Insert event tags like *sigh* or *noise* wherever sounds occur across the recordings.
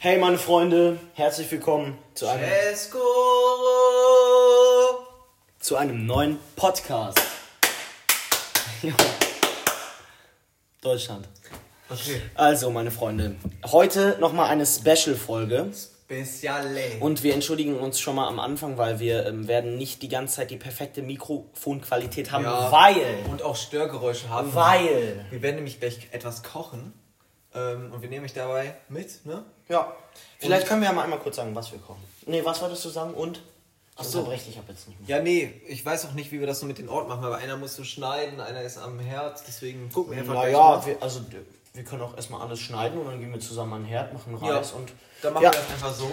Hey meine Freunde, herzlich willkommen zu einem, Escoro. zu einem neuen Podcast. Ja. Deutschland. Okay. Also meine Freunde, heute nochmal eine Special-Folge. Speziale. Und wir entschuldigen uns schon mal am Anfang, weil wir ähm, werden nicht die ganze Zeit die perfekte Mikrofonqualität haben, Ja. weil... Und auch Störgeräusche haben. Weil... Wir werden nämlich gleich etwas kochen. Ähm, und wir nehmen euch dabei mit, ne? Ja, vielleicht können wir ja mal einmal kurz sagen, was wir kochen. Nee, was wolltest du sagen und? Achso. Ich hab jetzt nicht mehr. Ja, nee, ich weiß auch nicht, wie wir das so mit den Ort machen, aber einer muss so schneiden, einer ist am Herz, deswegen gucken wir einfach Naja, gleich wir, also d- wir können auch erstmal alles schneiden und dann gehen wir zusammen an den Herd, machen mal. Ja, Reis und. dann machen ja. wir das einfach so.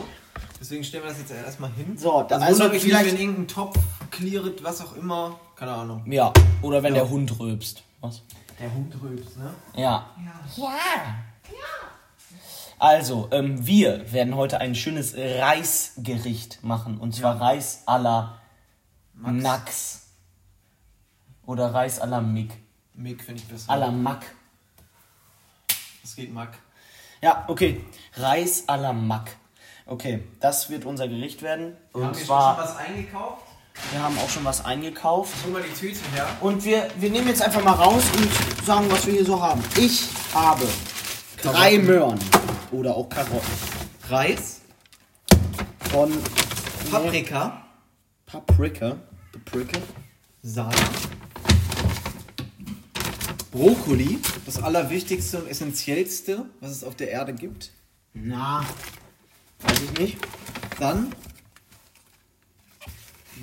Deswegen stellen wir das jetzt erstmal hin. So, dann also also, also vielleicht vielleicht- nicht, wenn irgendein Topf clearet, was auch immer. Keine Ahnung. Ja, oder wenn der Hund rülpst. Was? Der Hund rülpst, ne? Ja. Ja. Also, ähm, wir werden heute ein schönes Reisgericht machen. Und zwar Reis à la Max. Nax. Oder Reis à la Mick. Mhm. Mick finde ich besser. À la Mack. Es geht Mack. Ja, okay. Reis à la Mack. Okay, das wird unser Gericht werden. Und Haben wir schon zwar, was eingekauft? wir haben auch schon was eingekauft. Hol mal die Tüte her. Und wir, wir nehmen jetzt einfach mal raus und sagen, was wir hier so haben. Ich habe drei Möhren oder auch Karotten Reis, von Paprika, Paprika, Paprika, Sahne, Brokkoli, das allerwichtigste und essentiellste, was es auf der Erde gibt. na, weiß ich nicht, Dann,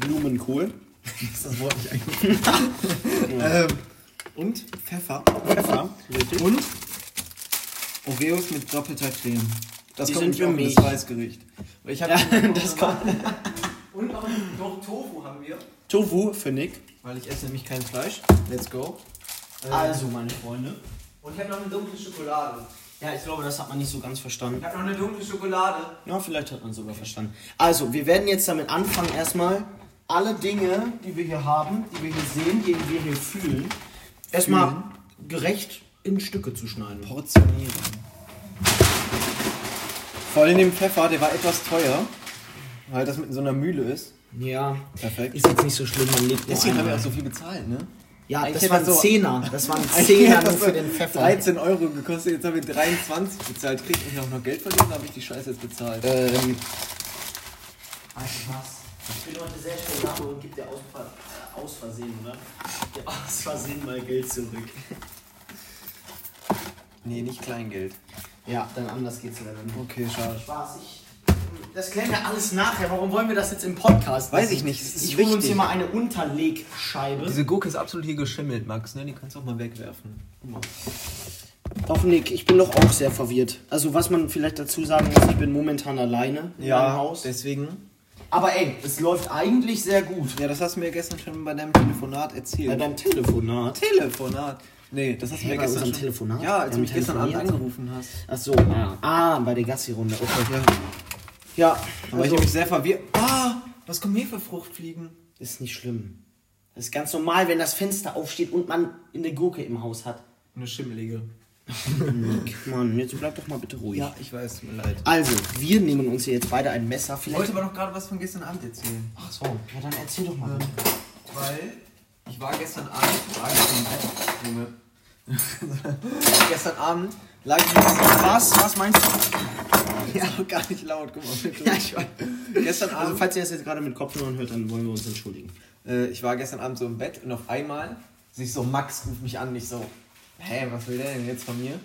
Blumenkohl, ist das Wort nicht eigentlich. ähm, und Pfeffer. Pfeffer, richtig. Und Oreos mit doppelter Creme. Das Die kommt sind nicht für auf das mich. Reisgericht. *laughs* Und Ich hab das kommt. und auch noch Tofu haben wir. Tofu für Nick. Weil ich esse nämlich kein Fleisch. Let's go. Ähm, Also, meine Freunde. Und ich habe noch eine dunkle Schokolade. Ja, ich glaube, das hat man nicht so ganz verstanden. Ich habe noch eine dunkle Schokolade. Ja, vielleicht hat man sogar verstanden. Also, wir werden jetzt damit anfangen, erstmal alle Dinge, die wir hier haben, die wir hier sehen, die wir hier fühlen, erstmal gerecht in Stücke zu schneiden. Portionieren. Vor allem dem Pfeffer, der war etwas teuer. Weil das mit in so einer Mühle ist. Ja, Perfekt. ist jetzt nicht so schlimm, man legt nur Deswegen haben wir auch einmal. so viel bezahlt, ne? Ja, Eigentlich das hätte waren man so- Zehner. Das *laughs* waren *laughs* Eigentlich Zehner hat nur das so für den Pfeffer. 13 Euro gekostet, jetzt haben wir 23 bezahlt. Kriegt ich auch noch Geld verdient, habe ich die Scheiße jetzt bezahlt. Ähm. Ich bin heute sehr schnell nach und gib dir aus, äh, aus Versehen, oder? Gib dir aus Versehen mal Geld zurück. Nee, nicht Kleingeld. Ja, dann anders geht's leider nicht. Okay, schade. Spaß. Ich, das klären wir alles nachher. Warum wollen wir das jetzt im Podcast? Weiß wissen? ich nicht, es ist ich hole uns wichtig. hier mal eine Unterlegscheibe. Diese Gurke ist absolut hier geschimmelt, Max, ne? Die kannst du auch mal wegwerfen. Hoffentlich, ich bin doch auch sehr verwirrt. Also was man vielleicht dazu sagen muss, ich bin momentan alleine in meinem Ja, Haus. deswegen. Aber ey, es läuft eigentlich sehr gut. Ja, das hast du mir gestern schon bei deinem Telefonat erzählt. Bei deinem Telefonat. Telefonat. Nee, das hast du Hä, mir bei gestern unserem schon... Telefonat? Ja, als Wir du haben mich gestern Abend telefoniert. angerufen hast. Ach so, ja. Ah, bei der Gassi-Runde. Okay. Ja, Ja, aber ich also, habe mich sehr verwirrt. Ah, was kommen hier für Fruchtfliegen? ist nicht schlimm. Das ist ganz normal, wenn das Fenster aufsteht und man eine Gurke im Haus hat. Eine schimmelige. Nick, Mann, jetzt bleib doch mal bitte ruhig. Ja, ich weiß, tut mir leid. Also, wir nehmen uns hier jetzt beide ein Messer. Ich Vielleicht. wollte aber noch gerade was von gestern Abend erzählen. Ach so, ja, dann erzähl doch mal. Weil ich war gestern Abend... War gestern Abend, Junge. *laughs* gestern Abend lag ich... Was? Was meinst du? *laughs* Ja, gar nicht laut, guck mal. Ja, ich weiß. Gestern Abend... Also, falls ihr das jetzt gerade mit Kopfhörern hört, dann wollen wir uns entschuldigen. äh, ich war gestern Abend so im Bett und auf einmal sehe ich so, Max ruft mich an. Ich so, hä, was will der denn jetzt von mir?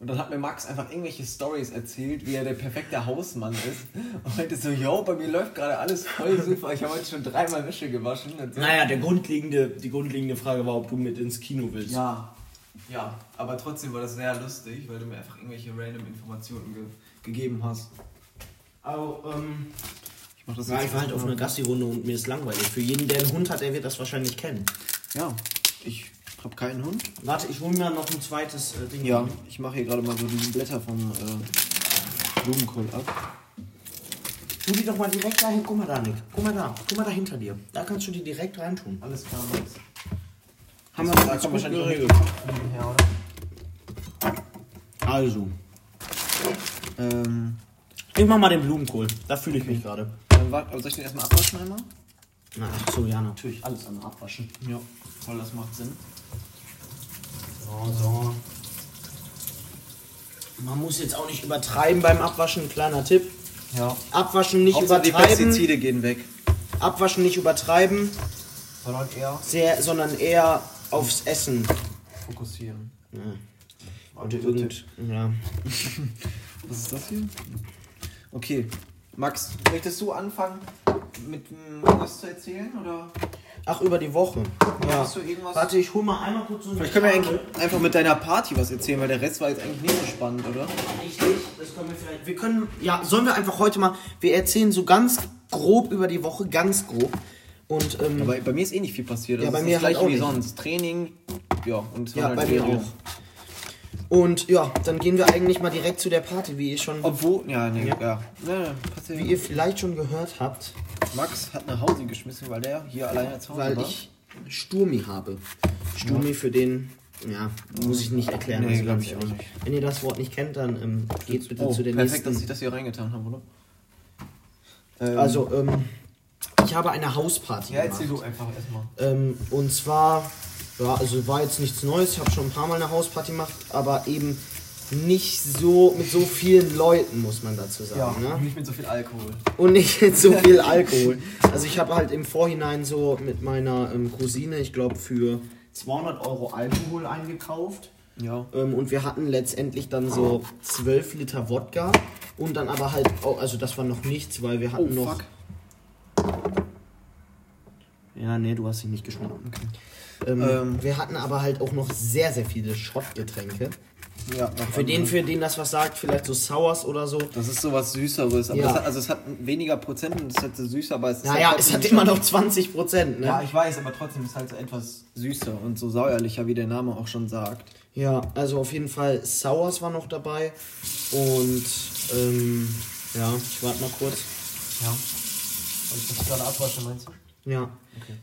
Und dann hat mir Max einfach irgendwelche Stories erzählt, wie er der perfekte Hausmann ist. Und meinte so, yo, bei mir läuft gerade alles voll super. Ich habe heute schon dreimal Wäsche gewaschen. Und so. Naja, der grundlegende, die grundlegende Frage war, ob du mit ins Kino willst. Ja. Ja, aber trotzdem war das sehr lustig, weil du mir einfach irgendwelche random Informationen ge gegeben hast. Aber, ähm, Ich mach das ja, ich war halt auf einer Gassi-Runde und mir ist langweilig. Für jeden, der einen Hund hat, der wird das wahrscheinlich kennen. Ja, ich habe keinen Hund. Warte, ich hole mir noch ein zweites äh, Ding. Ja, ich mache hier gerade mal so diese Blätter vom äh, Blumenkohl ab. Tu die doch mal direkt dahin. Guck mal da, Nick. Guck mal da. Guck mal da hinter dir. Da kannst du die direkt reintun. Alles klar, Max. Haben wir- da kommt wahrscheinlich auch geregelt. Ja, oder? Also, Ähm, Ich mach mal den Blumenkohl. Da fühle ich mich gerade. Dann warte, aber soll ich den erstmal abwaschen einmal? Na, Ach so, ja, natürlich. Alles einmal abwaschen. Ja, voll, das macht Sinn. So, so. Man muss jetzt auch nicht übertreiben beim Abwaschen. Kleiner Tipp. Ja. Abwaschen nicht Hauptsache die übertreiben. Pestizide gehen weg. Abwaschen nicht übertreiben, Sondern eher sehr, sondern eher aufs Essen. fokussieren. Und irgend. Ja. Was ist das hier? Okay. Max, möchtest du anfangen, mit dem was zu erzählen? Oder Ach, über die Woche. Ja. hast du irgendwas? Warte, ich hol mal einmal kurz so eine Vielleicht können wir Tafel. eigentlich einfach mit deiner Party was erzählen, weil der Rest war jetzt eigentlich nicht so spannend, oder? Richtig, das können wir vielleicht. Wir können, ja, sollen wir einfach heute mal. Wir erzählen so ganz grob über die Woche, ganz grob. Und ähm, Aber bei mir ist eh nicht viel passiert. Ja, Das bei ist mir das halt gleiche auch wie nicht. sonst. Training, ja, und es ja, waren bei halt mir Ferien. auch. Und ja, dann gehen wir eigentlich mal direkt zu der Party, wie ihr schon, Obwohl, ja, nee, Ja. ja. ja. ja passiert. wie ihr vielleicht schon gehört habt, Max hat nach Hause geschmissen, weil der hier alleine zu Hause weil war. ich Sturmi habe. Sturmi für den, ja, muss ich nicht erklären. Nee, glaub ganz ich auch ehrlich. nicht. Wenn ihr das Wort nicht kennt, dann ähm, geht bitte oh, zu den perfekt, nächsten. dass ich das hier reingetan habe, oder? Ähm, Also, ähm, ich habe eine Hausparty ja, gemacht. erzähl du einfach erstmal. Ähm, und zwar, ja, also war jetzt nichts Neues. Ich habe schon ein paar Mal eine Hausparty gemacht, aber eben nicht so mit so vielen Leuten, muss man dazu sagen. Ne? nicht mit so viel Alkohol. Und nicht mit so viel Alkohol. Also ich habe halt im Vorhinein so mit meiner ähm, Cousine, ich glaube, für 200 Euro Alkohol eingekauft. Ja. Ähm, und wir hatten letztendlich dann so 12 Liter Wodka. Und dann aber halt, oh, also das war noch nichts, weil wir Oh, hatten noch. Ja, nee, du hast dich nicht geschnitten. Okay. Ähm, Ähm. wir hatten aber halt auch noch sehr, sehr viele Schottgetränke. Ja, noch Für den, andere. für den das was sagt, vielleicht so Sours oder so. Das ist sowas Süßeres. Aber Ja. es hat, also es hat weniger Prozent und es hat so süßer, aber es ist. Naja, halt es trotzdem hat nicht- immer noch 20 Prozent, Ja, ne? ich weiß, aber trotzdem ist halt so etwas süßer und so säuerlicher, wie der Name auch schon sagt. Ja, also auf jeden Fall Sours war noch dabei. Und, ähm, ja, ich warte mal kurz. Ja. Und ich das gerade abwasche, meinst du? Ja,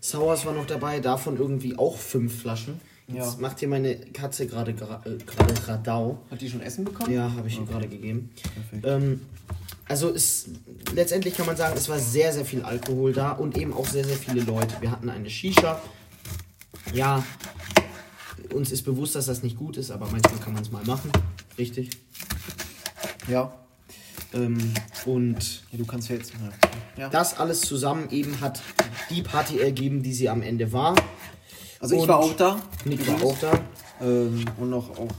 Sours war noch dabei, davon irgendwie auch fünf Flaschen. Jetzt Ja. macht hier meine Katze gerade gra- äh, gerade Radau. Hat die schon Essen bekommen? Ja, habe ich ihr gerade gegeben. Perfekt. Ähm, also es, letztendlich kann man sagen, es war sehr, sehr viel Alkohol da und eben auch sehr, sehr viele Leute. Wir hatten eine Shisha. Ja, uns ist bewusst, dass das nicht gut ist, aber manchmal kann man es mal machen. Richtig. Ja. Ähm, und Ja, du kannst ja jetzt. Ja. das alles zusammen eben hat die Party ergeben, die sie am Ende war. Also ich Und war auch da. Nick war auch da. Ähm, und noch auch.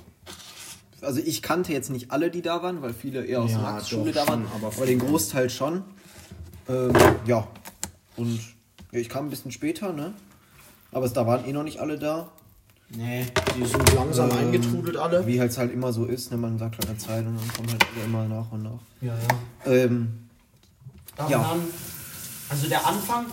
Also ich kannte jetzt nicht alle, die da waren, weil viele eher aus Ja, der Max doch, Schule da waren, schon, aber aber, den viele. Großteil schon. Ähm, ja. Und ja, ich kam ein bisschen später, ne? Aber es, da waren eh noch nicht alle da. Nee, die sind langsam Ähm, eingetrudelt alle. Wie halt es halt immer so ist, ne? Man sagt halt eine Zeit und dann kommen halt wieder immer nach und nach. Ja, ja. Ähm, Dann, Ja. dann, also der Anfang,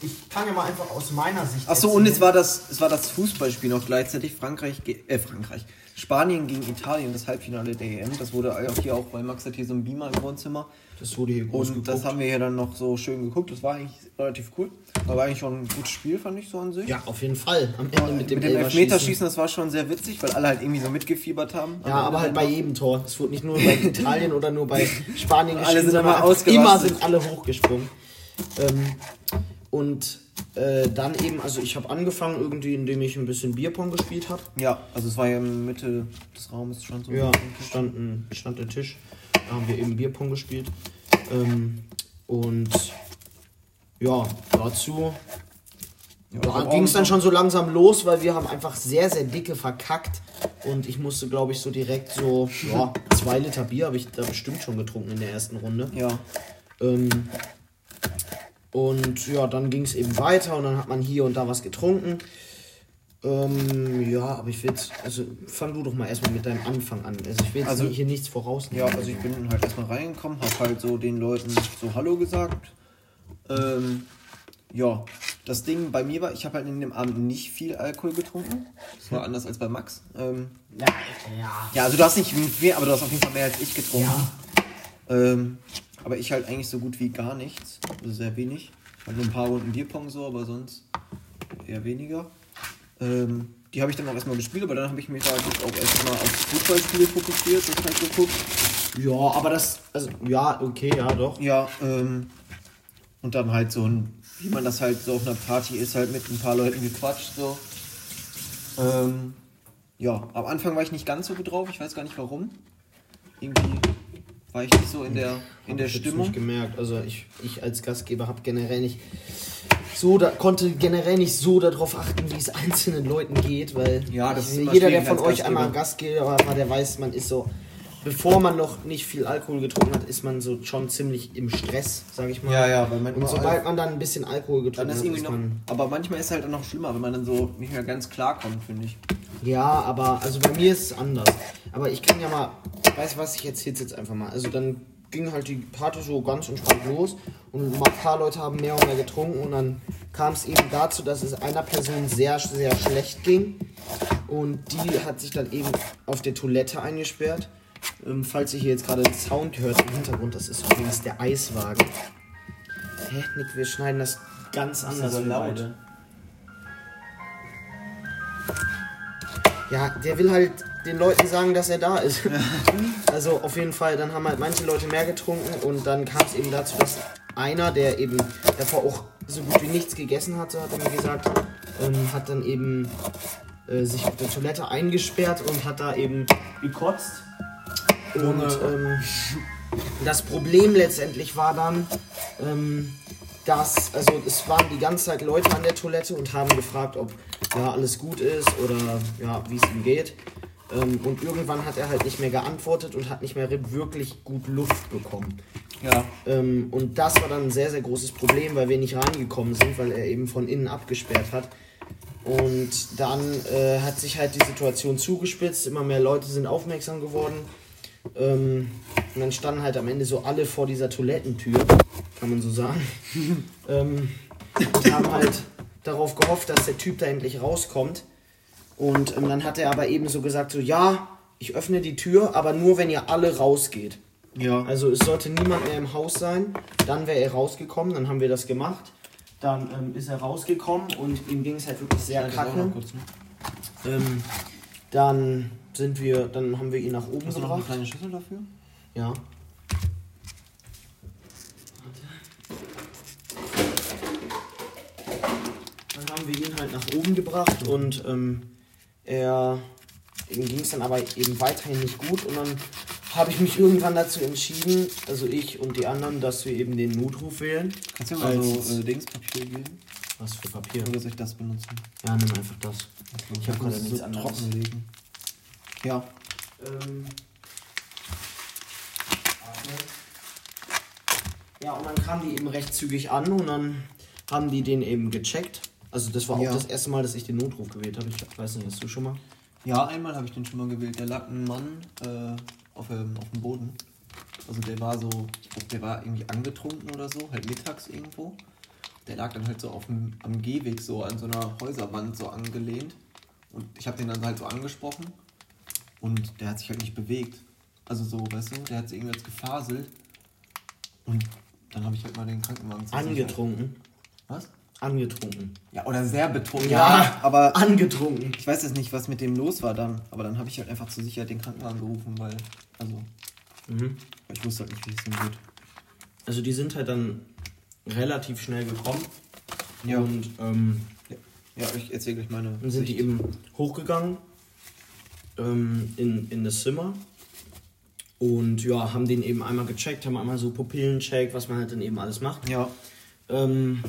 ich kann ja mal einfach aus meiner Sicht. Achso, und es erzählen. war das, es war das Fußballspiel noch gleichzeitig. Frankreich, ge- äh, Frankreich. Spanien gegen Italien, das Halbfinale der EM. Das wurde auch hier auch, weil Max hat hier so einen Beamer im Wohnzimmer. Das wurde hier groß Und das haben wir ja dann noch so schön geguckt. Das war eigentlich relativ cool. Da war eigentlich schon ein gutes Spiel, fand ich so an sich. Ja, auf jeden Fall. Am Ende mit dem, Mit dem Elferschießen. Elfmeterschießen, das war schon sehr witzig, weil alle halt irgendwie so mitgefiebert haben. Ja, aber halt bei jedem Tor. Es wurde nicht nur *laughs* bei Italien oder nur bei Spanien Alle sind sondern immer einfach ausgerastet. Immer sind alle hochgesprungen. Ähm, und äh, dann eben, also ich habe angefangen irgendwie, indem ich ein bisschen Bierpong gespielt habe. Ja, also es war ja in der Mitte des Raumes schon so. Ja, stand, ein, stand der Tisch. Da haben wir eben Bierpong gespielt. Ähm, und ja, dazu Ja, also Da aber ging es auch- dann schon so langsam los, weil wir haben einfach sehr, sehr dicke verkackt. Und ich musste, glaube ich, so direkt so, ja, zwei Liter Bier habe ich da bestimmt schon getrunken in der ersten Runde. Ja, Ähm, und ja, dann ging es eben weiter und dann hat man hier und da was getrunken. Ähm, ja, aber ich will jetzt, also fang du doch mal erstmal mit deinem Anfang an. Also ich will jetzt Also- hier nichts vorausnehmen. ja, also ich bin halt erstmal reingekommen, hab halt so den Leuten so Hallo gesagt. Ähm, ja, das Ding bei mir war, ich habe halt in dem Abend nicht viel Alkohol getrunken. Das war anders als bei Max. Ähm, ja, ja. Ja, also du hast nicht viel, aber du hast auf jeden Fall mehr als ich getrunken. Ja. Ähm, aber ich halt eigentlich so gut wie gar nichts. Also sehr wenig. Halt nur ein paar Runden Bierpong so, aber sonst eher weniger. Ähm, die habe ich dann auch erstmal gespielt, aber dann habe ich mich halt jetzt auch erstmal aufs Fußballspiel fokussiert und halt geguckt. Ja, aber das, also, ja, okay, ja, doch. Ja, ähm, und dann halt so ein, wie man das halt so auf einer Party ist, halt mit ein paar Leuten gequatscht, so. Ähm, ja, am Anfang war ich nicht ganz so gut drauf, ich weiß gar nicht warum. Irgendwie war ich nicht so in der, in der Hab ich jetzt Stimmung. Nicht gemerkt. Also ich, ich als Gastgeber habe generell nicht so da, konnte generell nicht so darauf achten, wie es einzelnen Leuten geht, weil Ja, das ich- ist immer jeder, der schwierig von als euch Gastgeber. einmal Gastgeber war, der weiß, man ist so, bevor man noch nicht viel Alkohol getrunken hat, ist man so schon ziemlich im Stress, sage ich mal. Ja, ja, weil man Und immer sobald man dann ein bisschen Alkohol Dann getrunken ist hat, irgendwie ist noch, man aber manchmal ist es halt auch noch schlimmer, wenn man dann so nicht mehr ganz klarkommt, finde ich. Ja, aber also bei mir ist es anders. Aber ich kann ja mal, weißt du was, ich erzähl's jetzt einfach mal. Also dann ging halt die Party so ganz entspannt los und mal ein paar Leute haben mehr und mehr getrunken und dann kam es eben dazu, dass es einer Person sehr, sehr schlecht ging und die hat sich dann eben auf der Toilette eingesperrt. Ähm, falls ihr hier jetzt gerade den Sound hört im Hintergrund, das ist übrigens der Eiswagen. Hä, Nick, wir schneiden das ganz anders. aber wir laut. beide. Ja, der will halt den Leuten sagen, dass er da ist. *laughs* Also auf jeden Fall, dann haben halt manche Leute mehr getrunken und dann kam es eben dazu, dass einer, der eben davor auch so gut wie nichts gegessen hatte, hat er mir gesagt, ähm, hat dann eben äh, sich auf der Toilette eingesperrt und hat da eben gekotzt. Und ähm, das Problem letztendlich war dann, ähm, dass, also es waren die ganze Zeit Leute an der Toilette und haben gefragt, ob ja alles gut ist oder ja, wie es ihm geht. Ähm, und irgendwann hat er halt nicht mehr geantwortet und hat nicht mehr wirklich gut Luft bekommen. Ja. Ähm, und das war dann ein sehr, sehr großes Problem, weil wir nicht reingekommen sind, weil er eben von innen abgesperrt hat. Und dann äh, hat sich halt die Situation zugespitzt, immer mehr Leute sind aufmerksam geworden. Ähm, und dann standen halt am Ende so alle vor dieser Toilettentür, kann man so sagen. ähm, und haben halt darauf gehofft, dass der Typ da endlich rauskommt. Und ähm, dann hat er aber eben so gesagt, so ja, ich öffne die Tür, aber nur, wenn ihr alle rausgeht. Ja. Also es sollte niemand mehr im Haus sein. Dann wäre er rausgekommen, dann haben wir das gemacht. Dann ähm, ist er rausgekommen und ihm ging es halt wirklich sehr kacke. Ähm, dann sind wir, dann haben wir ihn nach oben Hast du noch eine gebracht. kleine Schüssel dafür? Ja. Dann haben wir ihn halt nach oben gebracht und ähm, er ihm ging es dann aber eben weiterhin nicht gut und dann habe ich mich irgendwann dazu entschieden, also ich und die anderen, dass wir eben den Notruf wählen. Kannst du mir mal Als- so äh, Dingspapier geben? Was für Papier? Oder soll ich das benutzen? Ja, nimm einfach das. Ich habe kann gerade nichts anderes. trockenlegen. Ja. Ähm. Ja, und dann kamen die eben recht zügig an und dann haben die den eben gecheckt. Also das war auch Ja. das erste Mal, dass ich den Notruf gewählt habe. Ich weiß nicht, hast du schon mal? Ja, einmal habe ich den schon mal gewählt. Da lag ein Mann äh, auf, dem, auf dem Boden. Also der war so, ich glaube, der war irgendwie angetrunken oder so, halt mittags irgendwo. Der lag dann halt so auf dem, am Gehweg so an so einer Häuserwand so angelehnt. Und ich habe den dann halt so angesprochen. Und der hat sich halt nicht bewegt. Also so, weißt du, der hat sich irgendwie jetzt gefaselt. Und dann habe ich halt mal den Krankenwagen zur Sicherheit- Angetrunken. Was? Angetrunken. Ja, oder sehr betrunken. Ja, aber Angetrunken. ich weiß jetzt nicht, was mit dem los war dann, aber dann habe ich halt einfach zur Sicherheit den Krankenwagen gerufen, weil, also, ich wusste halt nicht, wie es ihm geht. Mhm. Also die sind halt dann relativ schnell gekommen. Ja. Und ähm, Ja, ja ich erzähle gleich meine. dann sind die eben hochgegangen ähm, in, in das Zimmer und ja, haben den eben einmal gecheckt, haben einmal so Pupillencheck, was man halt dann eben alles macht. Ja, Ähm,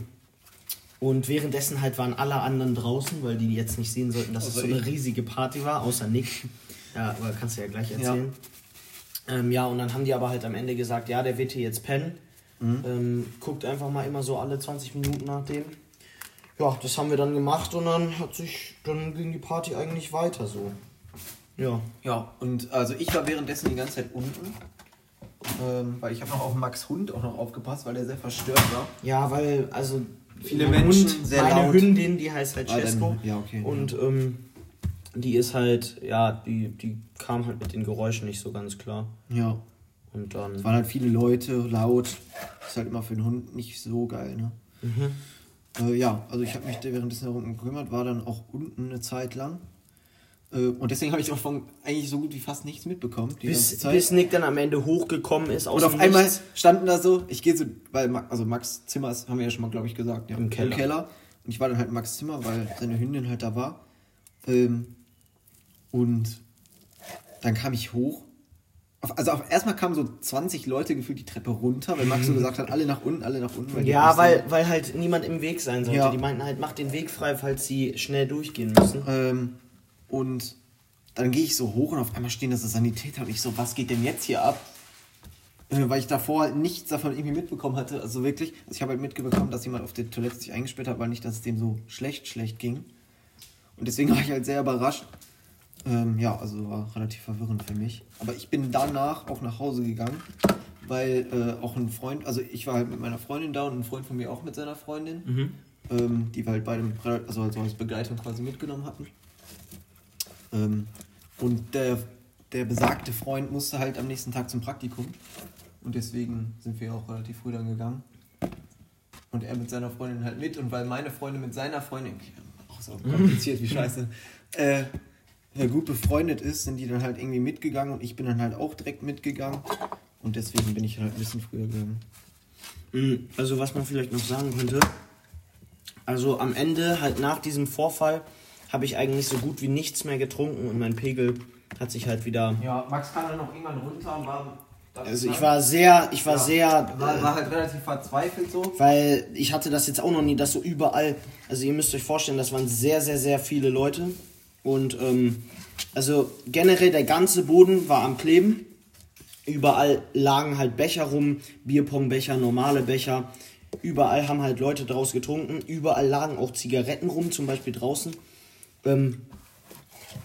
und währenddessen halt waren alle anderen draußen, weil die jetzt nicht sehen sollten, dass es Außer so eine ich. riesige Party war, außer Nick. Ja, aber kannst du ja gleich erzählen. Ähm, ja, und dann haben die aber halt am Ende gesagt, ja, der wird hier jetzt pennen. Ähm, guckt einfach mal immer so alle 20 Minuten nach dem. Ja, das haben wir dann gemacht und dann hat sich, dann ging die Party eigentlich weiter so. Ja. ja. Und also ich war währenddessen die ganze Zeit unten, ähm, weil ich habe noch auf Max Hund auch noch aufgepasst, weil der sehr verstört war. Ja, weil, also. Viele mein Menschen, sehr meine laut. Hündin, die heißt halt Ah, dann- Cesco. ja, okay. Und ähm, die ist halt, ja, die, die kam halt mit den Geräuschen nicht so ganz klar. Ja, Und dann. waren halt viele Leute, laut. Ist halt immer für einen Hund nicht so geil, ne? Mhm. Äh, ja, also ich habe mich da währenddessen darum gekümmert, war dann auch unten eine Zeit lang. Äh, Und deswegen habe ich auch von eigentlich so gut wie fast nichts mitbekommen. Die Bis, ganze Zeit. bis Nick dann am Ende hochgekommen ist. Aus und auf dem einmal Nichts. standen da so, ich gehe so, weil Ma also Max Zimmer ist, haben wir ja schon mal, glaube ich, gesagt, ja, Im Keller. Und ich war dann halt in Max Zimmer, weil seine Hündin halt da war. Ähm, und dann kam ich hoch. Auf, also auf, erstmal kamen so 20 Leute gefühlt die Treppe runter, *laughs* weil Max so gesagt hat, alle nach unten, alle nach unten. die Ja, Angst weil, weil halt niemand im Weg sein sollte. Ja. Die meinten halt, macht den Weg frei, falls sie schnell durchgehen müssen. Ähm, und dann gehe ich so hoch und auf einmal stehen da so Sanitäter und ich so, was geht denn jetzt hier ab? Äh, weil ich davor halt nichts davon irgendwie mitbekommen hatte. Also wirklich, also ich habe halt mitbekommen, dass jemand auf der Toilette sich eingesperrt hat, weil nicht, dass es dem so schlecht, schlecht ging. Und deswegen war ich halt sehr überrascht. Ähm, ja, also war relativ verwirrend für mich. Aber ich bin danach auch nach Hause gegangen, weil äh, auch ein Freund, also ich war halt mit meiner Freundin da und ein Freund von mir auch mit seiner Freundin, ähm, die wir halt beide, mit- also, also als Begleitung quasi mitgenommen hatten. Ähm, und der, der besagte Freund musste halt am nächsten Tag zum Praktikum. Und deswegen sind wir auch relativ früh dann gegangen. Und er mit seiner Freundin halt mit. Und weil meine Freundin mit seiner Freundin, auch so kompliziert *laughs* wie scheiße, äh, äh, gut befreundet ist, sind die dann halt irgendwie mitgegangen. Und ich bin dann halt auch direkt mitgegangen. Und deswegen bin ich halt ein bisschen früher gegangen. Mm, Also was man vielleicht noch sagen könnte, also am Ende, halt nach diesem Vorfall, habe ich eigentlich so gut wie nichts mehr getrunken und mein Pegel hat sich halt wieder... Ja, Max kam dann noch irgendwann runter und war. Also ich war sehr, ich war Ja. sehr... War, äh, war halt relativ verzweifelt so. Weil ich hatte das jetzt auch noch nie, dass so überall, also ihr müsst euch vorstellen, das waren sehr, sehr, sehr viele Leute. Und ähm, also generell der ganze Boden war am Kleben. Überall lagen halt Becher rum, Bierpongbecher, normale Becher. Überall haben halt Leute draus getrunken. Überall lagen auch Zigaretten rum, zum Beispiel draußen. Ähm,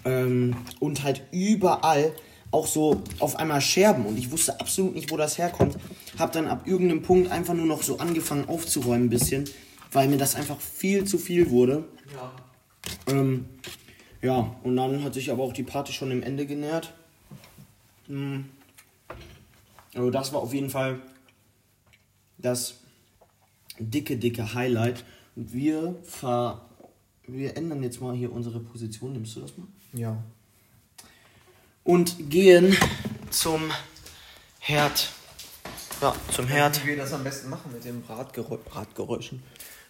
ähm, und halt überall auch so auf einmal Scherben und ich wusste absolut nicht, wo das herkommt. Hab dann ab irgendeinem Punkt einfach nur noch so angefangen aufzuräumen ein bisschen, weil mir das einfach viel zu viel wurde. Ja. Ähm, ja, und dann hat sich aber auch die Party schon im Ende genähert. Hm. Also das war auf jeden Fall das dicke, dicke Highlight. Und wir ver... Wir ändern jetzt mal hier unsere Position. Nimmst du das mal? Ja. und gehen zum Herd. Ja, zum Herd. Wie wir das am besten machen mit den Bratgerä Bratgeräuschen.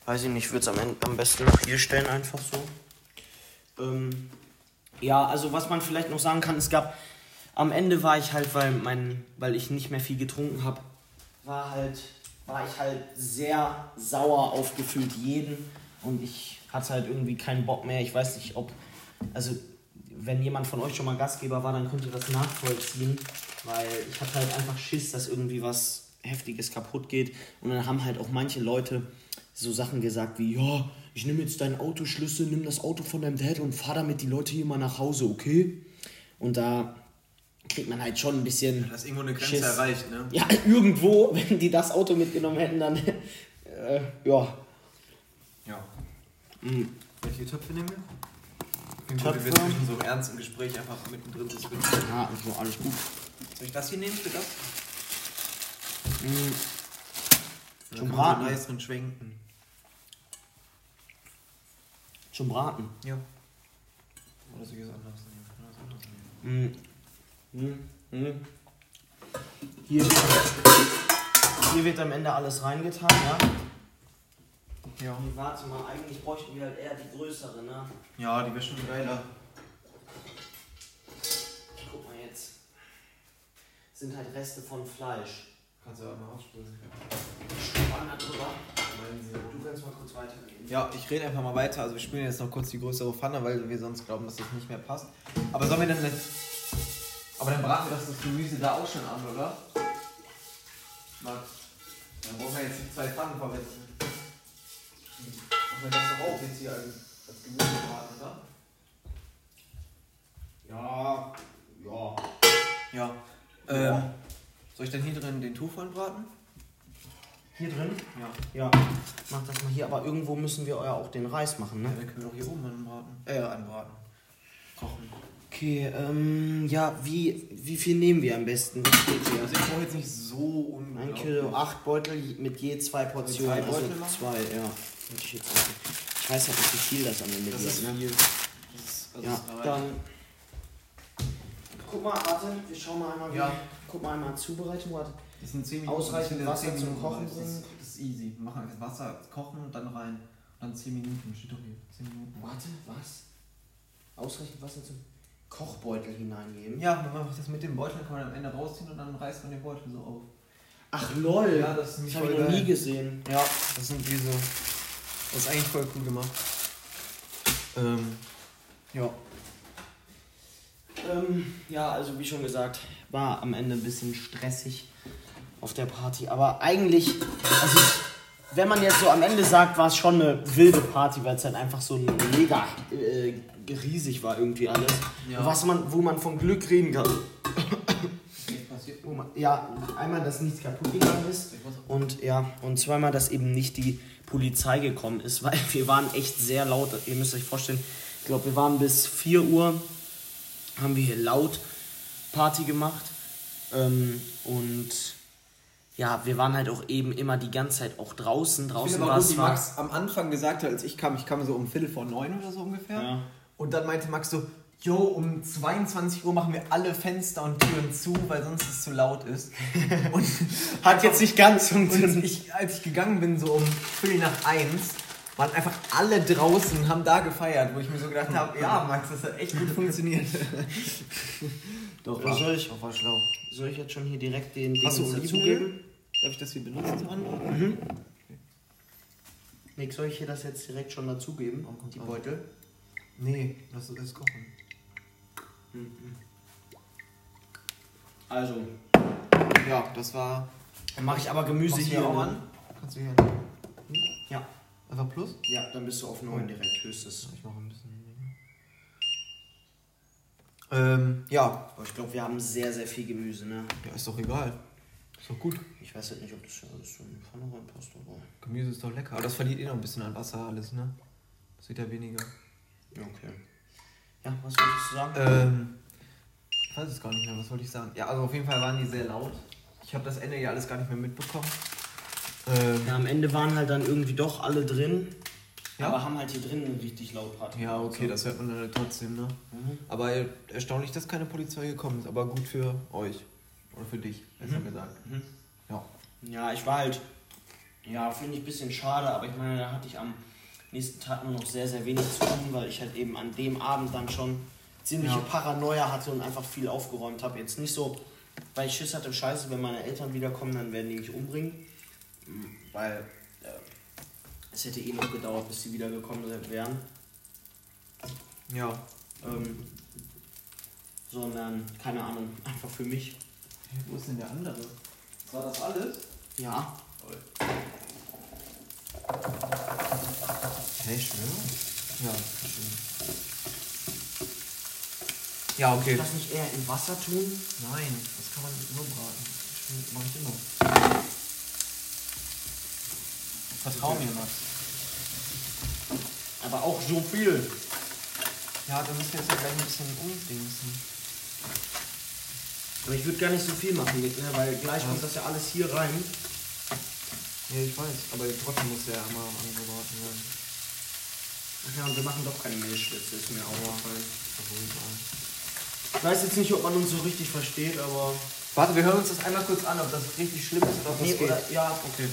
Weiß ich nicht, ich würde es am, Ende- am besten noch hier stellen, einfach so. Ähm, ja, also was man vielleicht noch sagen kann, es gab, am Ende war ich halt, weil, mein, weil ich nicht mehr viel getrunken habe, war halt, war ich halt sehr sauer auf gefühlt jeden und ich hatte halt irgendwie keinen Bock mehr. Ich weiß nicht, ob, also wenn jemand von euch schon mal Gastgeber war, dann könnt ihr das nachvollziehen, weil ich hatte halt einfach Schiss, dass irgendwie was Heftiges kaputt geht und dann haben halt auch manche Leute so Sachen gesagt wie, ja, ich nehme jetzt deinen Autoschlüssel, nimm das Auto von deinem Dad und fahr damit die Leute hier mal nach Hause, okay? Und da kriegt man halt schon ein bisschen Das ist irgendwo eine Grenze Schiss. erreicht, ne? ja, irgendwo, wenn die das Auto mitgenommen hätten, dann. Äh, ja. Ja. Welche Töpfe nehmen wir? Töpfe. Mhm. Töpfe. Wir zwischen so ernstem Gespräch einfach mittendrin sich Soll Ja, also alles gut. ich das hier nehmen für das? Dann Hm. Zum kann man so Braten. Nice drin schwenken. Zum Braten. Ja. Oder soll ich es anders nehmen? Oder was anderes nehmen? Mhm. Mhm. Mhm. Hier, wird, hier wird am Ende alles reingetan, ja? Ja. Nee, warte mal, eigentlich bräuchten wir halt eher die größere, ne? Ja, die wäre schon geiler. Guck mal jetzt. Sind halt Reste von Fleisch. Kannst du einmal aufspülen. Spannend drüber. Meinen Sie. Du kannst mal kurz weiterreden. Ja, ich rede einfach mal weiter. Also wir spielen jetzt noch kurz die größere Pfanne, weil wir sonst glauben, dass das nicht mehr passt. Aber sollen wir dann nicht... Aber dann braten wir das, das Gemüse da auch schon an, oder? Max, dann brauchen wir jetzt die zwei Pfannen verwenden. Machen wir das doch auch jetzt hier als, als Gemüse braten, oder? Ja, ja. Ja. Ähm, Soll ich dann hier drin den Tuch braten? Hier drin? Ja. Ja. Mach das mal hier, aber irgendwo müssen wir ja auch den Reis machen, ne? Ja, dann können wir doch hier oben anbraten. Äh, anbraten. Kochen. Okay, ähm, ja, wie, wie viel nehmen wir am besten? Was steht hier? Also ich brauche jetzt nicht so Ein unglaublich. Kilo, acht Beutel mit je zwei Portionen. Mit zwei Beutel also machen? zwei, ja. Hätte Ich, jetzt auch- ich weiß halt nicht, wie viel das am Ende Das wird, ist ne? viel. Das ist, also Ja, ist dabei. dann Guck mal, warte, wir schauen mal einmal. wie- Ja. Guck mal einmal Zubereitung. Warte. Das sind 10 Minuten. Ausreichend Ich finde, Wasser 10 zum Minuten Kochen reicht. bringen. Das ist easy. Wir machen jetzt Wasser, kochen und dann rein. Und dann 10 Minuten. Steht doch hier. 10 Minuten. Warte, was? Ausreichend Wasser zum Kochbeutel hineingeben. Ja, man macht das mit dem Beutel, kann man am Ende rausziehen und dann reißt man den Beutel so auf. Ach lol. Ja, das ist das nicht habe ich voll noch geil. nie gesehen. Ja, das sind diese. Das ist eigentlich voll cool gemacht. Ähm, ja. Ähm, ja, also wie schon gesagt, war am Ende ein bisschen stressig auf der Party. Aber eigentlich, also wenn man jetzt so am Ende sagt, war es schon eine wilde Party, weil es halt einfach so mega äh, riesig war irgendwie alles. Ja. Was man, wo man von Glück reden kann. Jetzt passiert. Wo man, ja, einmal, dass nichts kaputt gegangen ist. Ich muss- Und ja, und zweimal, dass eben nicht die Polizei gekommen ist, *laughs* weil wir waren echt sehr laut. Ihr müsst euch vorstellen, ich glaube, wir waren bis 4 Uhr, haben wir hier laut Party gemacht. Ähm, und ja, wir waren halt auch eben immer die ganze Zeit auch draußen. Ich Draußen finde war aber gut, es wie war- Max am Anfang gesagt hat, als ich kam, ich kam so um Viertel vor neun oder so ungefähr. Ja. Und dann meinte Max so, yo, um 22 Uhr machen wir alle Fenster und Türen zu, weil sonst es zu laut ist. *laughs* Und Hat jetzt nicht ganz Und funktioniert. ich, als ich gegangen bin, so um Viertel nach eins, waren einfach alle draußen und haben da gefeiert, wo ich mir so gedacht habe, ja, Max, das hat echt gut funktioniert. *laughs* Doch, Oder soll ich, Oh, war schlau. soll ich jetzt schon hier direkt den Hast du Dings Olivenöl? Darf ich das hier benutzen zum Anordnen? Nick, soll ich hier das jetzt direkt schon dazugeben? Die oh. Beutel? Nee, lass es erst kochen. Also, Ja, das war... dann mache ich aber Gemüse Machst du hier auch auch an? Kannst du hier... Ja. Einfach plus? Ja, dann bist du auf 9 direkt, höchstes. Ich mache ein bisschen weniger. Ähm, ja. Aber ich glaube, wir haben sehr, sehr viel Gemüse, ne? Ja, ist doch egal. Ist doch gut. Ich weiß halt nicht, ob das hier alles so in die Pfanne reinpasst, aber. Gemüse ist doch lecker. Aber das verliert eh noch ein bisschen an Wasser alles, ne? Das wird ja weniger. Ja, okay. Ja, was wolltest du sagen? Ähm, ich weiß es gar nicht mehr, was wollte ich sagen? Ja, also auf jeden Fall waren die sehr laut. Ich habe das Ende ja alles gar nicht mehr mitbekommen. Ähm, Ja, am Ende waren halt dann irgendwie doch alle drin. Ja? Aber haben halt hier drin eine richtig laut Party. ja, okay, das hört man dann trotzdem, ne? Aber erstaunlich, dass keine Polizei gekommen ist. Aber gut für euch. Oder für dich, besser gesagt. Ja. Ja, ich war halt. Ja, finde ich ein bisschen schade, aber ich meine, da hatte ich am nächsten Tag nur noch sehr, sehr wenig zu tun, weil ich halt eben an dem Abend dann schon ziemliche Ja. Paranoia hatte und einfach viel aufgeräumt habe. Jetzt nicht so, weil ich Schiss hatte, scheiße, wenn meine Eltern wiederkommen, dann werden die mich umbringen. Mhm, Weil äh, es hätte eh noch gedauert, bis sie wiedergekommen wären. Ja. Ähm, sondern, keine Ahnung, einfach für mich. wo ist denn der andere? War das alles? Ja. Hey, schwöre? Ja, schön. Ja, okay. Ist das nicht eher im Wasser tun? Nein, das kann man nur braten. Schön, Mach ich immer. Vertrau mir, Max. Aber auch so viel. Ja, da müssen wir jetzt ja gleich ein bisschen umdingsen. Aber ich würde gar nicht so viel machen, Nick, ne? weil gleich Ja. kommt das ja alles hier rein. Ja, ich weiß, aber trotzdem muss der ja immer angebraten werden. Ach Ja, und wir machen doch keine Mehlschwitze, ist mir auch aufgefallen. Obwohl, egal. Ich weiß jetzt nicht, ob man uns so richtig versteht, aber. Warte, wir hören uns das einmal kurz an, ob das richtig schlimm ist oder ob das Nee, geht. oder, ja, okay.